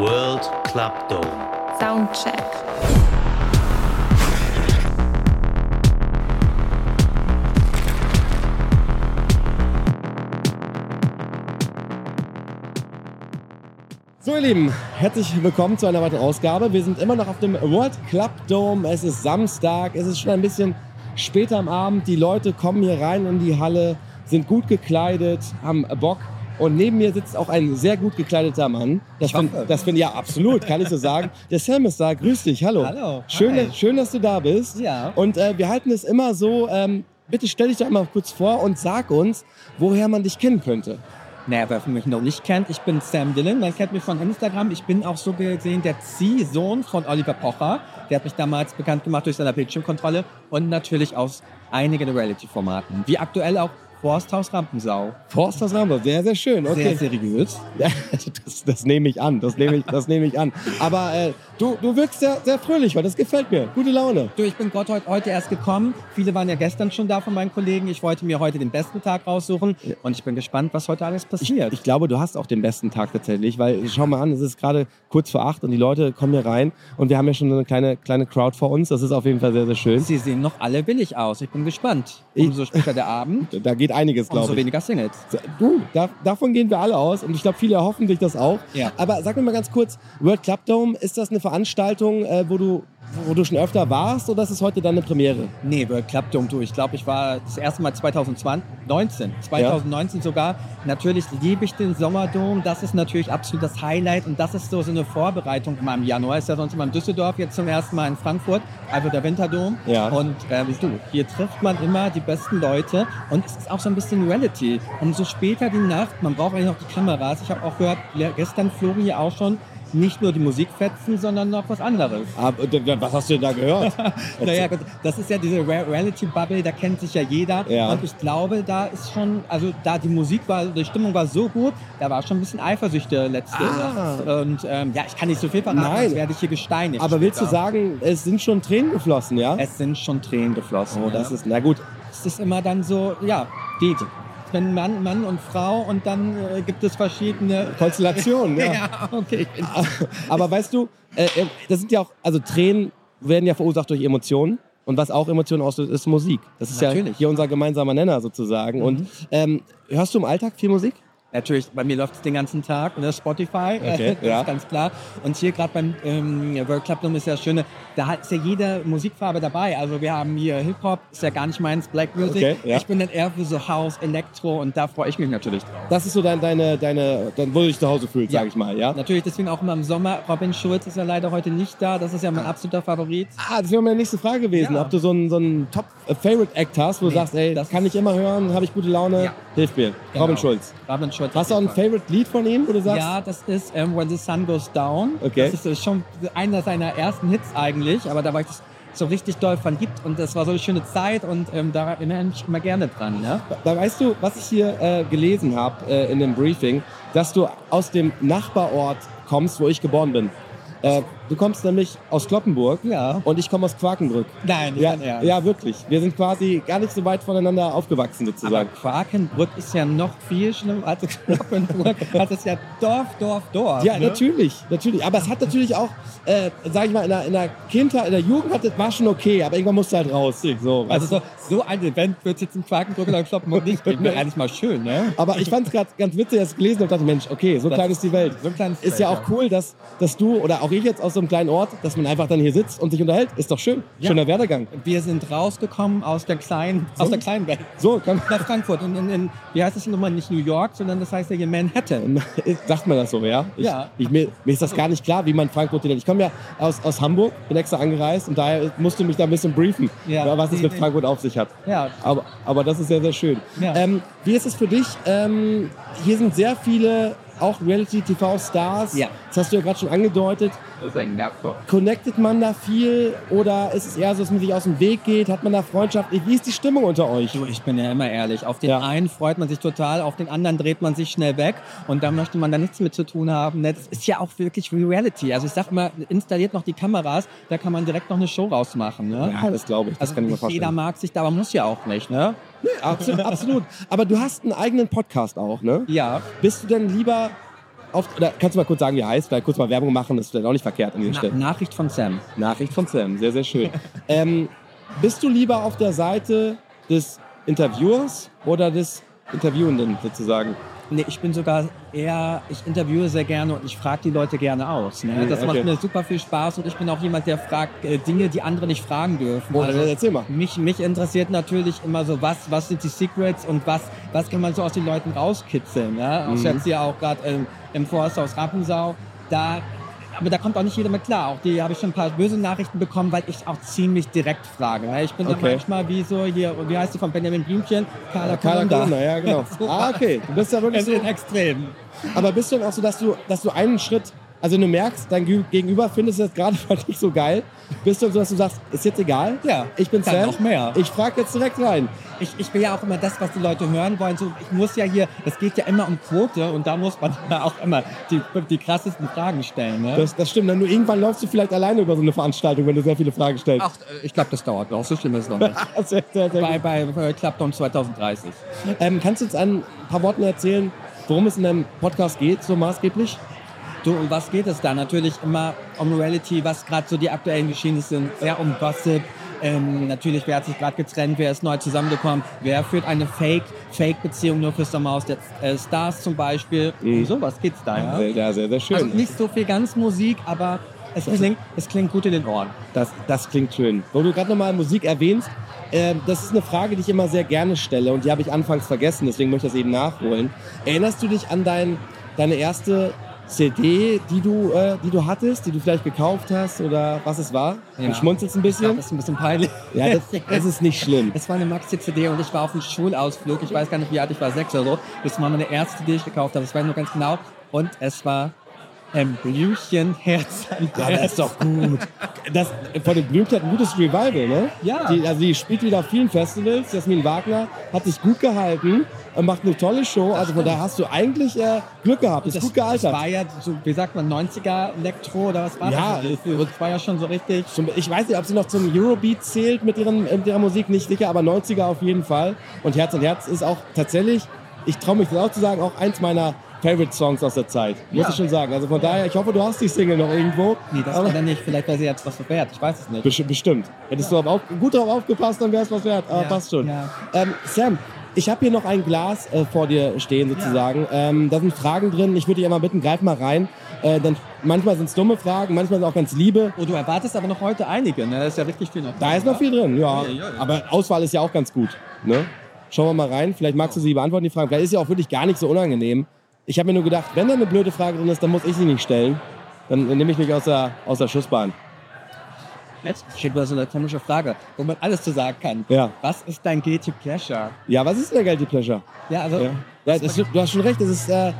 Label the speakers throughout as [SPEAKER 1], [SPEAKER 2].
[SPEAKER 1] World Club Dome.
[SPEAKER 2] Soundcheck.
[SPEAKER 3] So ihr Lieben, herzlich willkommen zu einer weiteren Ausgabe. Wir sind immer noch auf dem World Club Dome. Es ist Samstag, es ist schon ein bisschen später am Abend. Die Leute kommen hier rein in die Halle, sind gut gekleidet, haben Bock. Und neben mir sitzt auch ein sehr gut gekleideter Mann. Das bin, das bin ja absolut, kann ich so sagen. Der Sam ist da. Grüß dich, hallo.
[SPEAKER 4] Hallo,
[SPEAKER 3] Schön,
[SPEAKER 4] hi.
[SPEAKER 3] dass- schön dass du da bist.
[SPEAKER 4] Ja.
[SPEAKER 3] Und äh, wir halten es immer so. Ähm, bitte stell dich doch mal kurz vor und sag uns, woher man dich kennen könnte.
[SPEAKER 4] Naja, wer mich noch nicht kennt, ich bin Sam Dillon. Man kennt mich von Instagram. Ich bin auch so gesehen der Ziehsohn von Oliver Pocher. Der hat mich damals bekannt gemacht durch seine Bildschirmkontrolle und natürlich aus einigen Reality-Formaten. Wie aktuell auch Forsthaus Rampensau.
[SPEAKER 3] Forster Samba, sehr, sehr schön. Okay.
[SPEAKER 4] Sehr seriös.
[SPEAKER 3] Ja, das, das nehme ich an, das nehme ich, das nehme ich an. Aber äh, du, du wirkst sehr, sehr fröhlich heute, das gefällt mir. Gute Laune.
[SPEAKER 4] Du, ich bin Gott heute, heute erst gekommen. Viele waren ja gestern schon da von meinen Kollegen. Ich wollte mir heute den besten Tag raussuchen und ich bin gespannt, was heute alles passiert.
[SPEAKER 3] Ich glaube, du hast auch den besten Tag tatsächlich, weil schau mal an, es ist gerade kurz vor acht und die Leute kommen hier rein und wir haben ja schon so eine kleine, kleine Crowd vor uns. Das ist auf jeden Fall sehr, sehr schön.
[SPEAKER 4] Sie sehen noch alle billig aus. Ich bin gespannt. Umso später der Abend,
[SPEAKER 3] Da geht einiges,
[SPEAKER 4] umso
[SPEAKER 3] glaube ich.
[SPEAKER 4] weniger Singles.
[SPEAKER 3] Du, da, davon gehen wir alle aus und ich glaube, viele erhoffen sich das auch.
[SPEAKER 4] Ja.
[SPEAKER 3] Aber sag mir mal ganz kurz, World Club Dome, ist das eine Veranstaltung, äh, wo, du, wo du schon öfter warst oder ist es heute deine Premiere?
[SPEAKER 4] Nee, World Club Dome, du. Ich glaube, ich war das erste Mal 2019. 2019 sogar. Natürlich liebe ich den Sommerdom. Das ist natürlich absolut das Highlight. Und das ist so, so eine Vorbereitung immer im Januar. Ist ja sonst immer in Düsseldorf, jetzt zum ersten Mal in Frankfurt. Einfach der Winterdom.
[SPEAKER 3] Ja.
[SPEAKER 4] Und äh, du, hier trifft man immer die besten Leute. Und es ist auch so ein bisschen Reality. Umso später die Nacht, man braucht eigentlich noch die Kameras. Ich habe auch gehört, le- gestern flogen hier auch schon nicht nur die Musikfetzen, sondern noch was anderes.
[SPEAKER 3] Aber, äh, was hast du denn da gehört? Also
[SPEAKER 4] Naja, gut, das ist ja diese Re- Reality-Bubble, da kennt sich ja jeder.
[SPEAKER 3] Ja.
[SPEAKER 4] Und ich glaube, da ist schon, also da die Musik war, die Stimmung war so gut, da war schon ein bisschen Eifersucht der letzte
[SPEAKER 3] Ah.
[SPEAKER 4] Nacht. Und ähm, ja, ich kann nicht so viel verraten,
[SPEAKER 3] Nein.
[SPEAKER 4] sonst werde ich hier gesteinigt.
[SPEAKER 3] Aber willst du
[SPEAKER 4] später.
[SPEAKER 3] sagen, es sind schon Tränen geflossen, ja?
[SPEAKER 4] Es sind schon Tränen geflossen.
[SPEAKER 3] oh,
[SPEAKER 4] ja.
[SPEAKER 3] das ist, na gut.
[SPEAKER 4] es ist immer dann so, ja, Date. Wenn Mann, Mann und Frau und dann äh, gibt es verschiedene.
[SPEAKER 3] Konstellation, ja.
[SPEAKER 4] Ja, okay.
[SPEAKER 3] Aber weißt du, äh, äh, das sind ja auch, also Tränen werden ja verursacht durch Emotionen. Und was auch Emotionen auslöst, ist Musik. Das ist ja
[SPEAKER 4] Natürlich. Mhm.
[SPEAKER 3] hier unser gemeinsamer Nenner sozusagen. Und ähm, hörst du im Alltag viel Musik?
[SPEAKER 4] Natürlich, bei mir läuft es den ganzen Tag, ne? Spotify,
[SPEAKER 3] Okay,
[SPEAKER 4] das
[SPEAKER 3] ja.
[SPEAKER 4] ist ganz klar. Und hier gerade beim ähm, World Club Dome ist ja das Schöne, da hat- ist ja jede Musikfarbe dabei. Also wir haben hier Hip-Hop, ist ja gar nicht meins, Black Music.
[SPEAKER 3] Okay, ja.
[SPEAKER 4] Ich bin dann eher für so House, Elektro und da freue ich mich natürlich drauf.
[SPEAKER 3] Das ist so dein, deine, deine, dein, wo du dich zu Hause fühlst,
[SPEAKER 4] Ja.
[SPEAKER 3] sag ich mal, ja?
[SPEAKER 4] Natürlich, deswegen auch immer im Sommer. Robin Schulz ist ja leider heute nicht da, das ist ja mein absoluter Favorit.
[SPEAKER 3] Ah, das wäre meine nächste Frage gewesen,
[SPEAKER 4] Ja.
[SPEAKER 3] ob du so einen, so einen Top-Favorite-Act hast, wo du
[SPEAKER 4] Nee,
[SPEAKER 3] sagst, ey, das
[SPEAKER 4] das
[SPEAKER 3] kann ich immer hören, habe ich gute Laune,
[SPEAKER 4] Ja.
[SPEAKER 3] hilft mir. Robin
[SPEAKER 4] Genau.
[SPEAKER 3] Schulz.
[SPEAKER 4] Robin Schulz.
[SPEAKER 3] Hast du auch ein
[SPEAKER 4] auf jeden Fall.
[SPEAKER 3] Favorite-Lied von ihm, wo du sagst,
[SPEAKER 4] Ja, das ist ähm, When the Sun Goes Down.
[SPEAKER 3] Okay.
[SPEAKER 4] Das ist äh, schon einer seiner ersten Hits eigentlich, aber da war ich das so richtig doll verliebt und das war so eine schöne Zeit und ähm, da erinnere ich mich immer gerne dran. Ne?
[SPEAKER 3] Da weißt du, was ich hier äh, gelesen habe äh, in dem Briefing, dass du aus dem Nachbarort kommst, wo ich geboren bin. Äh, du kommst nämlich aus Kloppenburg
[SPEAKER 4] Ja.
[SPEAKER 3] und ich komme aus Quakenbrück.
[SPEAKER 4] Nein, nicht
[SPEAKER 3] Ja,
[SPEAKER 4] dein Ernst.
[SPEAKER 3] ja, wirklich. Wir sind quasi gar nicht so weit voneinander aufgewachsen
[SPEAKER 4] Aber
[SPEAKER 3] sozusagen.
[SPEAKER 4] Quakenbrück ist ja noch viel schlimmer als Kloppenburg. das ist ja Dorf, Dorf, Dorf.
[SPEAKER 3] ja,
[SPEAKER 4] ne?
[SPEAKER 3] natürlich, natürlich. Aber es hat natürlich auch, äh, sag ich mal, in der, in der Kindheit, in der Jugend hat das war schon okay, aber irgendwann musst du halt raus. So,
[SPEAKER 4] Also so, so ein Event wird es jetzt in Quakenbrück oder in Kloppenburg nicht geben. Wäre eigentlich mal schön, ne?
[SPEAKER 3] Aber ich fand es gerade ganz witzig, dass ich gelesen habe und dachte, Mensch, okay, so
[SPEAKER 4] Das
[SPEAKER 3] klein ist die Welt.
[SPEAKER 4] so klein ist die
[SPEAKER 3] ist ja
[SPEAKER 4] Welt,
[SPEAKER 3] auch cool, dass, dass du oder auch ich jetzt aus so einem kleinen Ort, dass man einfach dann hier sitzt und sich unterhält. Ist doch schön.
[SPEAKER 4] Ja.
[SPEAKER 3] Schöner Werdegang.
[SPEAKER 4] Wir sind rausgekommen aus der kleinen, aus der kleinen Welt.
[SPEAKER 3] So, kann,
[SPEAKER 4] Nach Frankfurt. Und in, in, wie heißt es nochmal? Nicht New York, sondern das heißt ja hier Manhattan.
[SPEAKER 3] sagt man das so, ja? Ich,
[SPEAKER 4] Ja.
[SPEAKER 3] Ich, mir, mir ist das gar nicht klar, wie man Frankfurt nennt. Ich komme ja aus, aus Hamburg, bin extra angereist und daher musst du mich da ein bisschen briefen,
[SPEAKER 4] Ja.
[SPEAKER 3] was es mit Frankfurt auf sich hat.
[SPEAKER 4] Ja,
[SPEAKER 3] Aber, aber das ist sehr, sehr schön.
[SPEAKER 4] Ja.
[SPEAKER 3] Ähm, wie ist es für dich? Ähm, hier sind sehr viele auch Reality-TV-Stars.
[SPEAKER 4] Ja.
[SPEAKER 3] Das hast du ja gerade schon angedeutet.
[SPEAKER 2] Das ist ein Nervkopf.
[SPEAKER 3] Connectet man da viel oder ist es eher so, dass man sich aus dem Weg geht? Hat man da Freundschaft? Wie ist die Stimmung unter euch?
[SPEAKER 4] Du, ich bin ja immer ehrlich. Auf den
[SPEAKER 3] Ja.
[SPEAKER 4] einen freut man sich total, auf den anderen dreht man sich schnell weg und da möchte man dann nichts mit zu tun haben. Ne, Das ist ja auch wirklich Reality. Also ich sag mal, installiert noch die Kameras, da kann man direkt noch eine Show rausmachen. Ne?
[SPEAKER 3] Ja, das glaube ich. Das
[SPEAKER 4] also
[SPEAKER 3] kann ich mir
[SPEAKER 4] nicht jeder
[SPEAKER 3] vorstellen.
[SPEAKER 4] mag sich da, aber muss ja auch nicht. Ne?
[SPEAKER 3] Absolut, absolut. Aber du hast einen eigenen Podcast auch, ne?
[SPEAKER 4] Ja.
[SPEAKER 3] Bist du denn lieber auf. Oder kannst du mal kurz sagen, wie er heißt? Vielleicht kurz mal Werbung machen, das ist vielleicht auch nicht verkehrt an dieser
[SPEAKER 4] Na,
[SPEAKER 3] Stelle.
[SPEAKER 4] Nachricht von Sam.
[SPEAKER 3] Nachricht von Sam, sehr, sehr schön. ähm, bist du lieber auf der Seite des Interviewers oder des Interviewenden sozusagen?
[SPEAKER 4] Nee, ich bin sogar eher, ich interviewe sehr gerne und ich frage die Leute gerne aus. Ne?
[SPEAKER 3] Mhm,
[SPEAKER 4] Das
[SPEAKER 3] okay.
[SPEAKER 4] macht mir super viel Spaß und ich bin auch jemand, der fragt äh, Dinge, die andere nicht fragen dürfen.
[SPEAKER 3] Oder
[SPEAKER 4] Also-
[SPEAKER 3] erzähl mal.
[SPEAKER 4] Mich, mich interessiert natürlich immer so, was, was sind die Secrets und was, was kann man so aus den Leuten rauskitzeln. Ja?
[SPEAKER 3] Mhm.
[SPEAKER 4] Auch jetzt hier auch gerade ähm, im Forsthaus Rappensau. Da, aber da kommt auch nicht jeder mit klar. Auch die habe ich schon ein paar böse Nachrichten bekommen, weil ich auch ziemlich direkt frage. Ne? Ich bin
[SPEAKER 3] Okay. Äh,
[SPEAKER 4] dann manchmal wie so hier, wie heißt die von Benjamin Blümchen? Carla
[SPEAKER 3] Carla
[SPEAKER 4] Kolumna.
[SPEAKER 3] Kolumna, ja, genau. Ah, okay. Du bist ja wirklich
[SPEAKER 4] Es
[SPEAKER 3] so,
[SPEAKER 4] ist extrem.
[SPEAKER 3] aber bist du denn auch so, dass du, dass du einen Schritt, also du merkst, dein Gü- Gegenüber findest du das gerade vielleicht nicht so geil. Bist du denn so, dass du sagst, ist jetzt egal?
[SPEAKER 4] Ja,
[SPEAKER 3] Ich bin
[SPEAKER 4] kann
[SPEAKER 3] Sam.
[SPEAKER 4] noch mehr.
[SPEAKER 3] Ich frage jetzt direkt rein.
[SPEAKER 4] Ich, ich will ja auch immer das, was die Leute hören wollen. So, ich muss ja hier, es geht ja immer um Quote und da muss man ja auch immer die, die krassesten Fragen stellen. Ne?
[SPEAKER 3] Das, das stimmt. Dann nur irgendwann läufst du vielleicht alleine über so eine Veranstaltung, wenn du sehr viele Fragen stellst.
[SPEAKER 4] Ach, äh, ich glaube, das dauert noch. So schlimm ist es noch nicht.
[SPEAKER 3] Sehr, sehr, sehr gut.
[SPEAKER 4] bei bei äh, Clapdown 2030.
[SPEAKER 3] Ähm, kannst du uns an ein paar Worten erzählen, worum es in deinem Podcast geht, so maßgeblich?
[SPEAKER 4] Du, um was geht es da? Natürlich immer um Reality, was gerade so die aktuellen Geschehnisse sind. Sehr um Gossip. Ähm, natürlich, wer hat sich gerade getrennt, wer ist neu zusammengekommen, wer führt eine Fake, Fake-Beziehung nur fürs Sommerhaus der äh, Stars zum Beispiel. Um sowas geht's da, ja.
[SPEAKER 3] sehr, sehr, sehr schön.
[SPEAKER 4] Also nicht so viel ganz Musik, aber es klingt, es klingt gut in den Ohren.
[SPEAKER 3] das, das klingt schön. Wo du gerade nochmal Musik erwähnst, ähm, das ist eine Frage, die ich immer sehr gerne stelle und die habe ich anfangs vergessen, deswegen möchte ich das eben nachholen. Erinnerst du dich an dein, deine erste CD, die du, äh, die du hattest, die du vielleicht gekauft hast oder was es war?
[SPEAKER 4] Ja.
[SPEAKER 3] Du schmunzelst ein
[SPEAKER 4] Ja,
[SPEAKER 3] bisschen?
[SPEAKER 4] das ist ein bisschen peinlich.
[SPEAKER 3] Ja, das, das ist nicht schlimm.
[SPEAKER 4] Es war eine Maxi-CD und ich war auf einem Schulausflug. Ich weiß gar nicht, wie alt ich war, sechs oder so. Das war meine erste, die ich gekauft habe. Das weiß ich noch ganz genau. Und es war ein Blümchen Herz an
[SPEAKER 3] Ja, das ist doch gut. Das, von den Blümchen hat ein gutes Revival, ne?
[SPEAKER 4] Ja.
[SPEAKER 3] Die, also die spielt wieder auf vielen Festivals. Jasmin Wagner hat sich gut gehalten und macht eine tolle Show. Also von daher hast du eigentlich äh, Glück gehabt. Ist
[SPEAKER 4] Das,
[SPEAKER 3] gut
[SPEAKER 4] das
[SPEAKER 3] gealtert.
[SPEAKER 4] war ja, so, wie sagt man, 90er Elektro oder was war
[SPEAKER 3] Ja,
[SPEAKER 4] das? Das war ja schon so richtig.
[SPEAKER 3] Zum- Ich weiß nicht, ob sie noch zum Eurobeat zählt mit, ihren, mit ihrer Musik, nicht sicher, aber 90er auf jeden Fall. Und Herz und Herz ist auch tatsächlich, ich traue mich das auch zu sagen, auch eins meiner Favorite Songs aus der Zeit. Muss
[SPEAKER 4] Ja.
[SPEAKER 3] ich schon sagen. Also von daher, ich hoffe, du hast die Single noch irgendwo.
[SPEAKER 4] Nee, das
[SPEAKER 3] Aber-
[SPEAKER 4] war dann nicht. Vielleicht wäre sie jetzt was wert. Ich weiß es nicht.
[SPEAKER 3] Besti- Bestimmt. Hättest du aber auf, gut drauf aufgepasst, dann wäre es was wert. Aber
[SPEAKER 4] Ja,
[SPEAKER 3] passt schon.
[SPEAKER 4] ja.
[SPEAKER 3] Ähm, Sam, ich habe hier noch ein Glas äh, vor dir stehen sozusagen. Ähm, da sind Fragen drin. Ich würde dich einmal bitten, greif mal rein. Äh, denn manchmal sind es dumme Fragen, manchmal sind auch ganz liebe.
[SPEAKER 4] Oh, du erwartest aber noch heute einige, ne? Da ist ja richtig viel noch.
[SPEAKER 3] Da ist noch viel drin, ja.
[SPEAKER 4] Ja, ja, ja.
[SPEAKER 3] Aber Auswahl ist ja auch ganz gut. Ne? Schauen wir mal rein. Vielleicht magst du sie beantworten, die Fragen. Vielleicht ist ja auch wirklich gar nicht so unangenehm. Ich habe mir nur gedacht, wenn da eine blöde Frage drin ist, dann muss ich sie nicht stellen. Dann nehme ich mich aus der, aus der Schussbahn.
[SPEAKER 4] Jetzt steht wieder so eine komische Frage, wo man alles zu sagen kann.
[SPEAKER 3] Ja.
[SPEAKER 4] Was ist dein Guilty Pleasure?
[SPEAKER 3] Ja, was ist denn der Guilty Pleasure?
[SPEAKER 4] Ja, also,
[SPEAKER 3] Ja. Ja, das, du hast schon recht, das ist äh,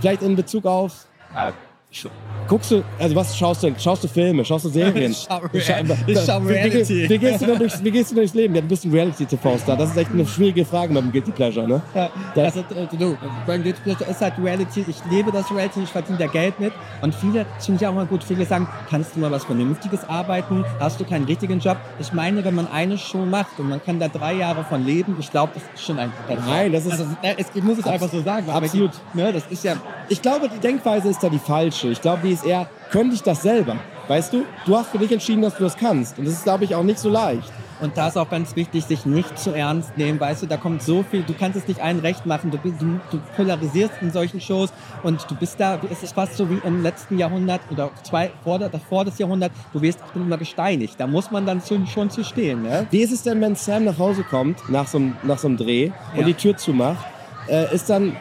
[SPEAKER 3] vielleicht in Bezug auf.
[SPEAKER 2] Ah, so.
[SPEAKER 3] Guckst du, also was schaust du? denn? Schaust du Filme? Schaust du Serien?
[SPEAKER 4] Ich schau Re-
[SPEAKER 3] scha-
[SPEAKER 4] ich schau
[SPEAKER 3] Wie- wie-
[SPEAKER 4] Reality.
[SPEAKER 3] Wie gehst du denn durchs, wie gehst du durchs Leben? Ja, du bist ein Reality-TV-Star. Das ist echt eine schwierige Frage mit dem Guilty Pleasure, ne?
[SPEAKER 4] Ja,
[SPEAKER 3] Das-
[SPEAKER 4] also, äh, du, Brain Dead Pleasure ist halt Reality. Ich liebe das Reality, ich verdiene da Geld mit. Und viele, das finde ich auch mal gut, viele sagen, kannst du mal was Vernünftiges arbeiten? Hast du keinen richtigen Job? Ich meine, wenn man eine Show macht und man kann da drei Jahre von leben, ich glaube, das ist schon ein...
[SPEAKER 3] Nein, das ist-
[SPEAKER 4] Also, äh, es, ich muss es einfach so sagen. aber
[SPEAKER 3] absolut.
[SPEAKER 4] die- Ne, das ist ja...
[SPEAKER 3] Ich glaube, die Denkweise ist da die falsche. Ich glaube, die ist eher, könnte ich das selber? Weißt du? Du hast für dich entschieden, dass du das kannst. Und das ist, glaube ich, auch nicht so leicht.
[SPEAKER 4] Und da ist auch ganz wichtig, sich nicht zu ernst nehmen. Weißt du, da kommt so viel, du kannst es nicht allen recht machen. Du, bist- du, du polarisierst in solchen Shows und du bist da, es ist fast so wie im letzten Jahrhundert oder zwei, vor, der- davor das Jahrhundert, du wirst auch immer gesteinigt. Da muss man dann schon, schon zu stehen. Ne?
[SPEAKER 3] Wie ist es denn, wenn Sam nach Hause kommt, nach so einem, nach so einem Dreh
[SPEAKER 4] Ja.
[SPEAKER 3] und die Tür zumacht? Äh, ist dann,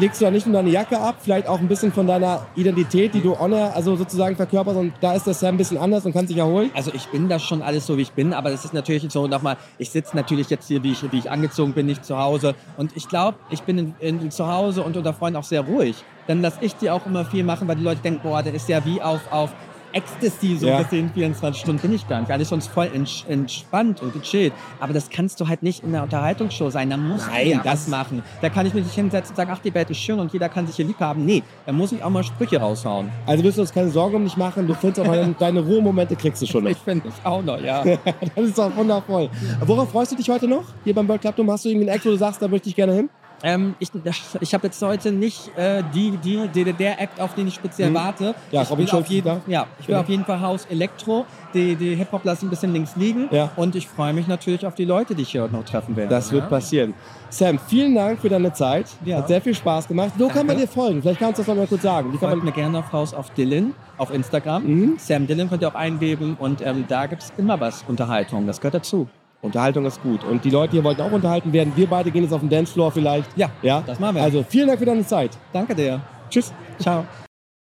[SPEAKER 3] legst du da nicht nur deine Jacke ab, vielleicht auch ein bisschen von deiner Identität, die du on air, also sozusagen verkörperst und da ist der Sam ein bisschen anders und kann sich erholen?
[SPEAKER 4] Also ich bin da schon alles so, wie ich bin, aber das ist natürlich so nochmal, ich sitze natürlich jetzt hier, wie ich, wie ich angezogen bin, nicht zu Hause. Und ich glaube, ich bin in, in, zu Hause und unter Freunden auch sehr ruhig. Dann lasse ich die auch immer viel machen, weil die Leute denken, boah, der ist ja wie auf, auf Ecstasy so
[SPEAKER 3] Ja.
[SPEAKER 4] gesehen, 24 Stunden bin ich gar nicht. Alles sonst voll entsch- entspannt und gechillt. Aber das kannst du halt nicht in einer Unterhaltungsshow sein. Da musst
[SPEAKER 3] Nein,
[SPEAKER 4] du ja
[SPEAKER 3] das-
[SPEAKER 4] was machen. Da kann ich mich nicht hinsetzen und sagen, ach, die Welt ist schön und jeder kann sich hier lieb haben. Nee, da muss ich auch mal Sprüche raushauen.
[SPEAKER 3] Also wirst du uns keine Sorgen um dich machen, du findest auch deine, deine Ruhemomente kriegst du schon noch.
[SPEAKER 4] Ich finde das auch noch, ja.
[SPEAKER 3] Das ist doch wundervoll. Worauf freust du dich heute noch? Hier beim World Club Dome hast du irgendwie einen Act, wo du sagst, da möchte ich gerne hin?
[SPEAKER 4] Ähm, ich ich habe jetzt heute nicht äh, die, die, die, der Act, auf den ich speziell warte.
[SPEAKER 3] Hm. Ja,
[SPEAKER 4] ich
[SPEAKER 3] Robin
[SPEAKER 4] will
[SPEAKER 3] Schulz
[SPEAKER 4] auf
[SPEAKER 3] ist
[SPEAKER 4] jeden,
[SPEAKER 3] da.
[SPEAKER 4] ja, ich will
[SPEAKER 3] Genau.
[SPEAKER 4] auf jeden Fall House Electro. Die, die Hip-Hop lassen ein bisschen links liegen.
[SPEAKER 3] Ja.
[SPEAKER 4] Und ich freue mich natürlich auf die Leute, die ich hier heute noch treffen werde. ne?
[SPEAKER 3] Das wird passieren. Sam, vielen Dank für deine Zeit.
[SPEAKER 4] Ja.
[SPEAKER 3] Hat sehr viel Spaß gemacht. Wo kann man dir folgen? Vielleicht kannst du das noch mal kurz sagen. Wie kann
[SPEAKER 4] Folgt
[SPEAKER 3] man
[SPEAKER 4] mir gerne auf House auf Dylan auf Instagram.
[SPEAKER 3] Mhm.
[SPEAKER 4] Sam Dylan könnt ihr auch eingeben. Und ähm, da gibt es immer was Unterhaltung. Das gehört dazu.
[SPEAKER 3] Unterhaltung ist gut. Und die Leute hier wollten auch unterhalten werden. Wir beide gehen jetzt auf den Dancefloor vielleicht.
[SPEAKER 4] Ja,
[SPEAKER 3] Ja?
[SPEAKER 4] das machen wir.
[SPEAKER 3] Also vielen Dank für deine Zeit.
[SPEAKER 4] Danke dir.
[SPEAKER 3] Tschüss.
[SPEAKER 4] Ciao.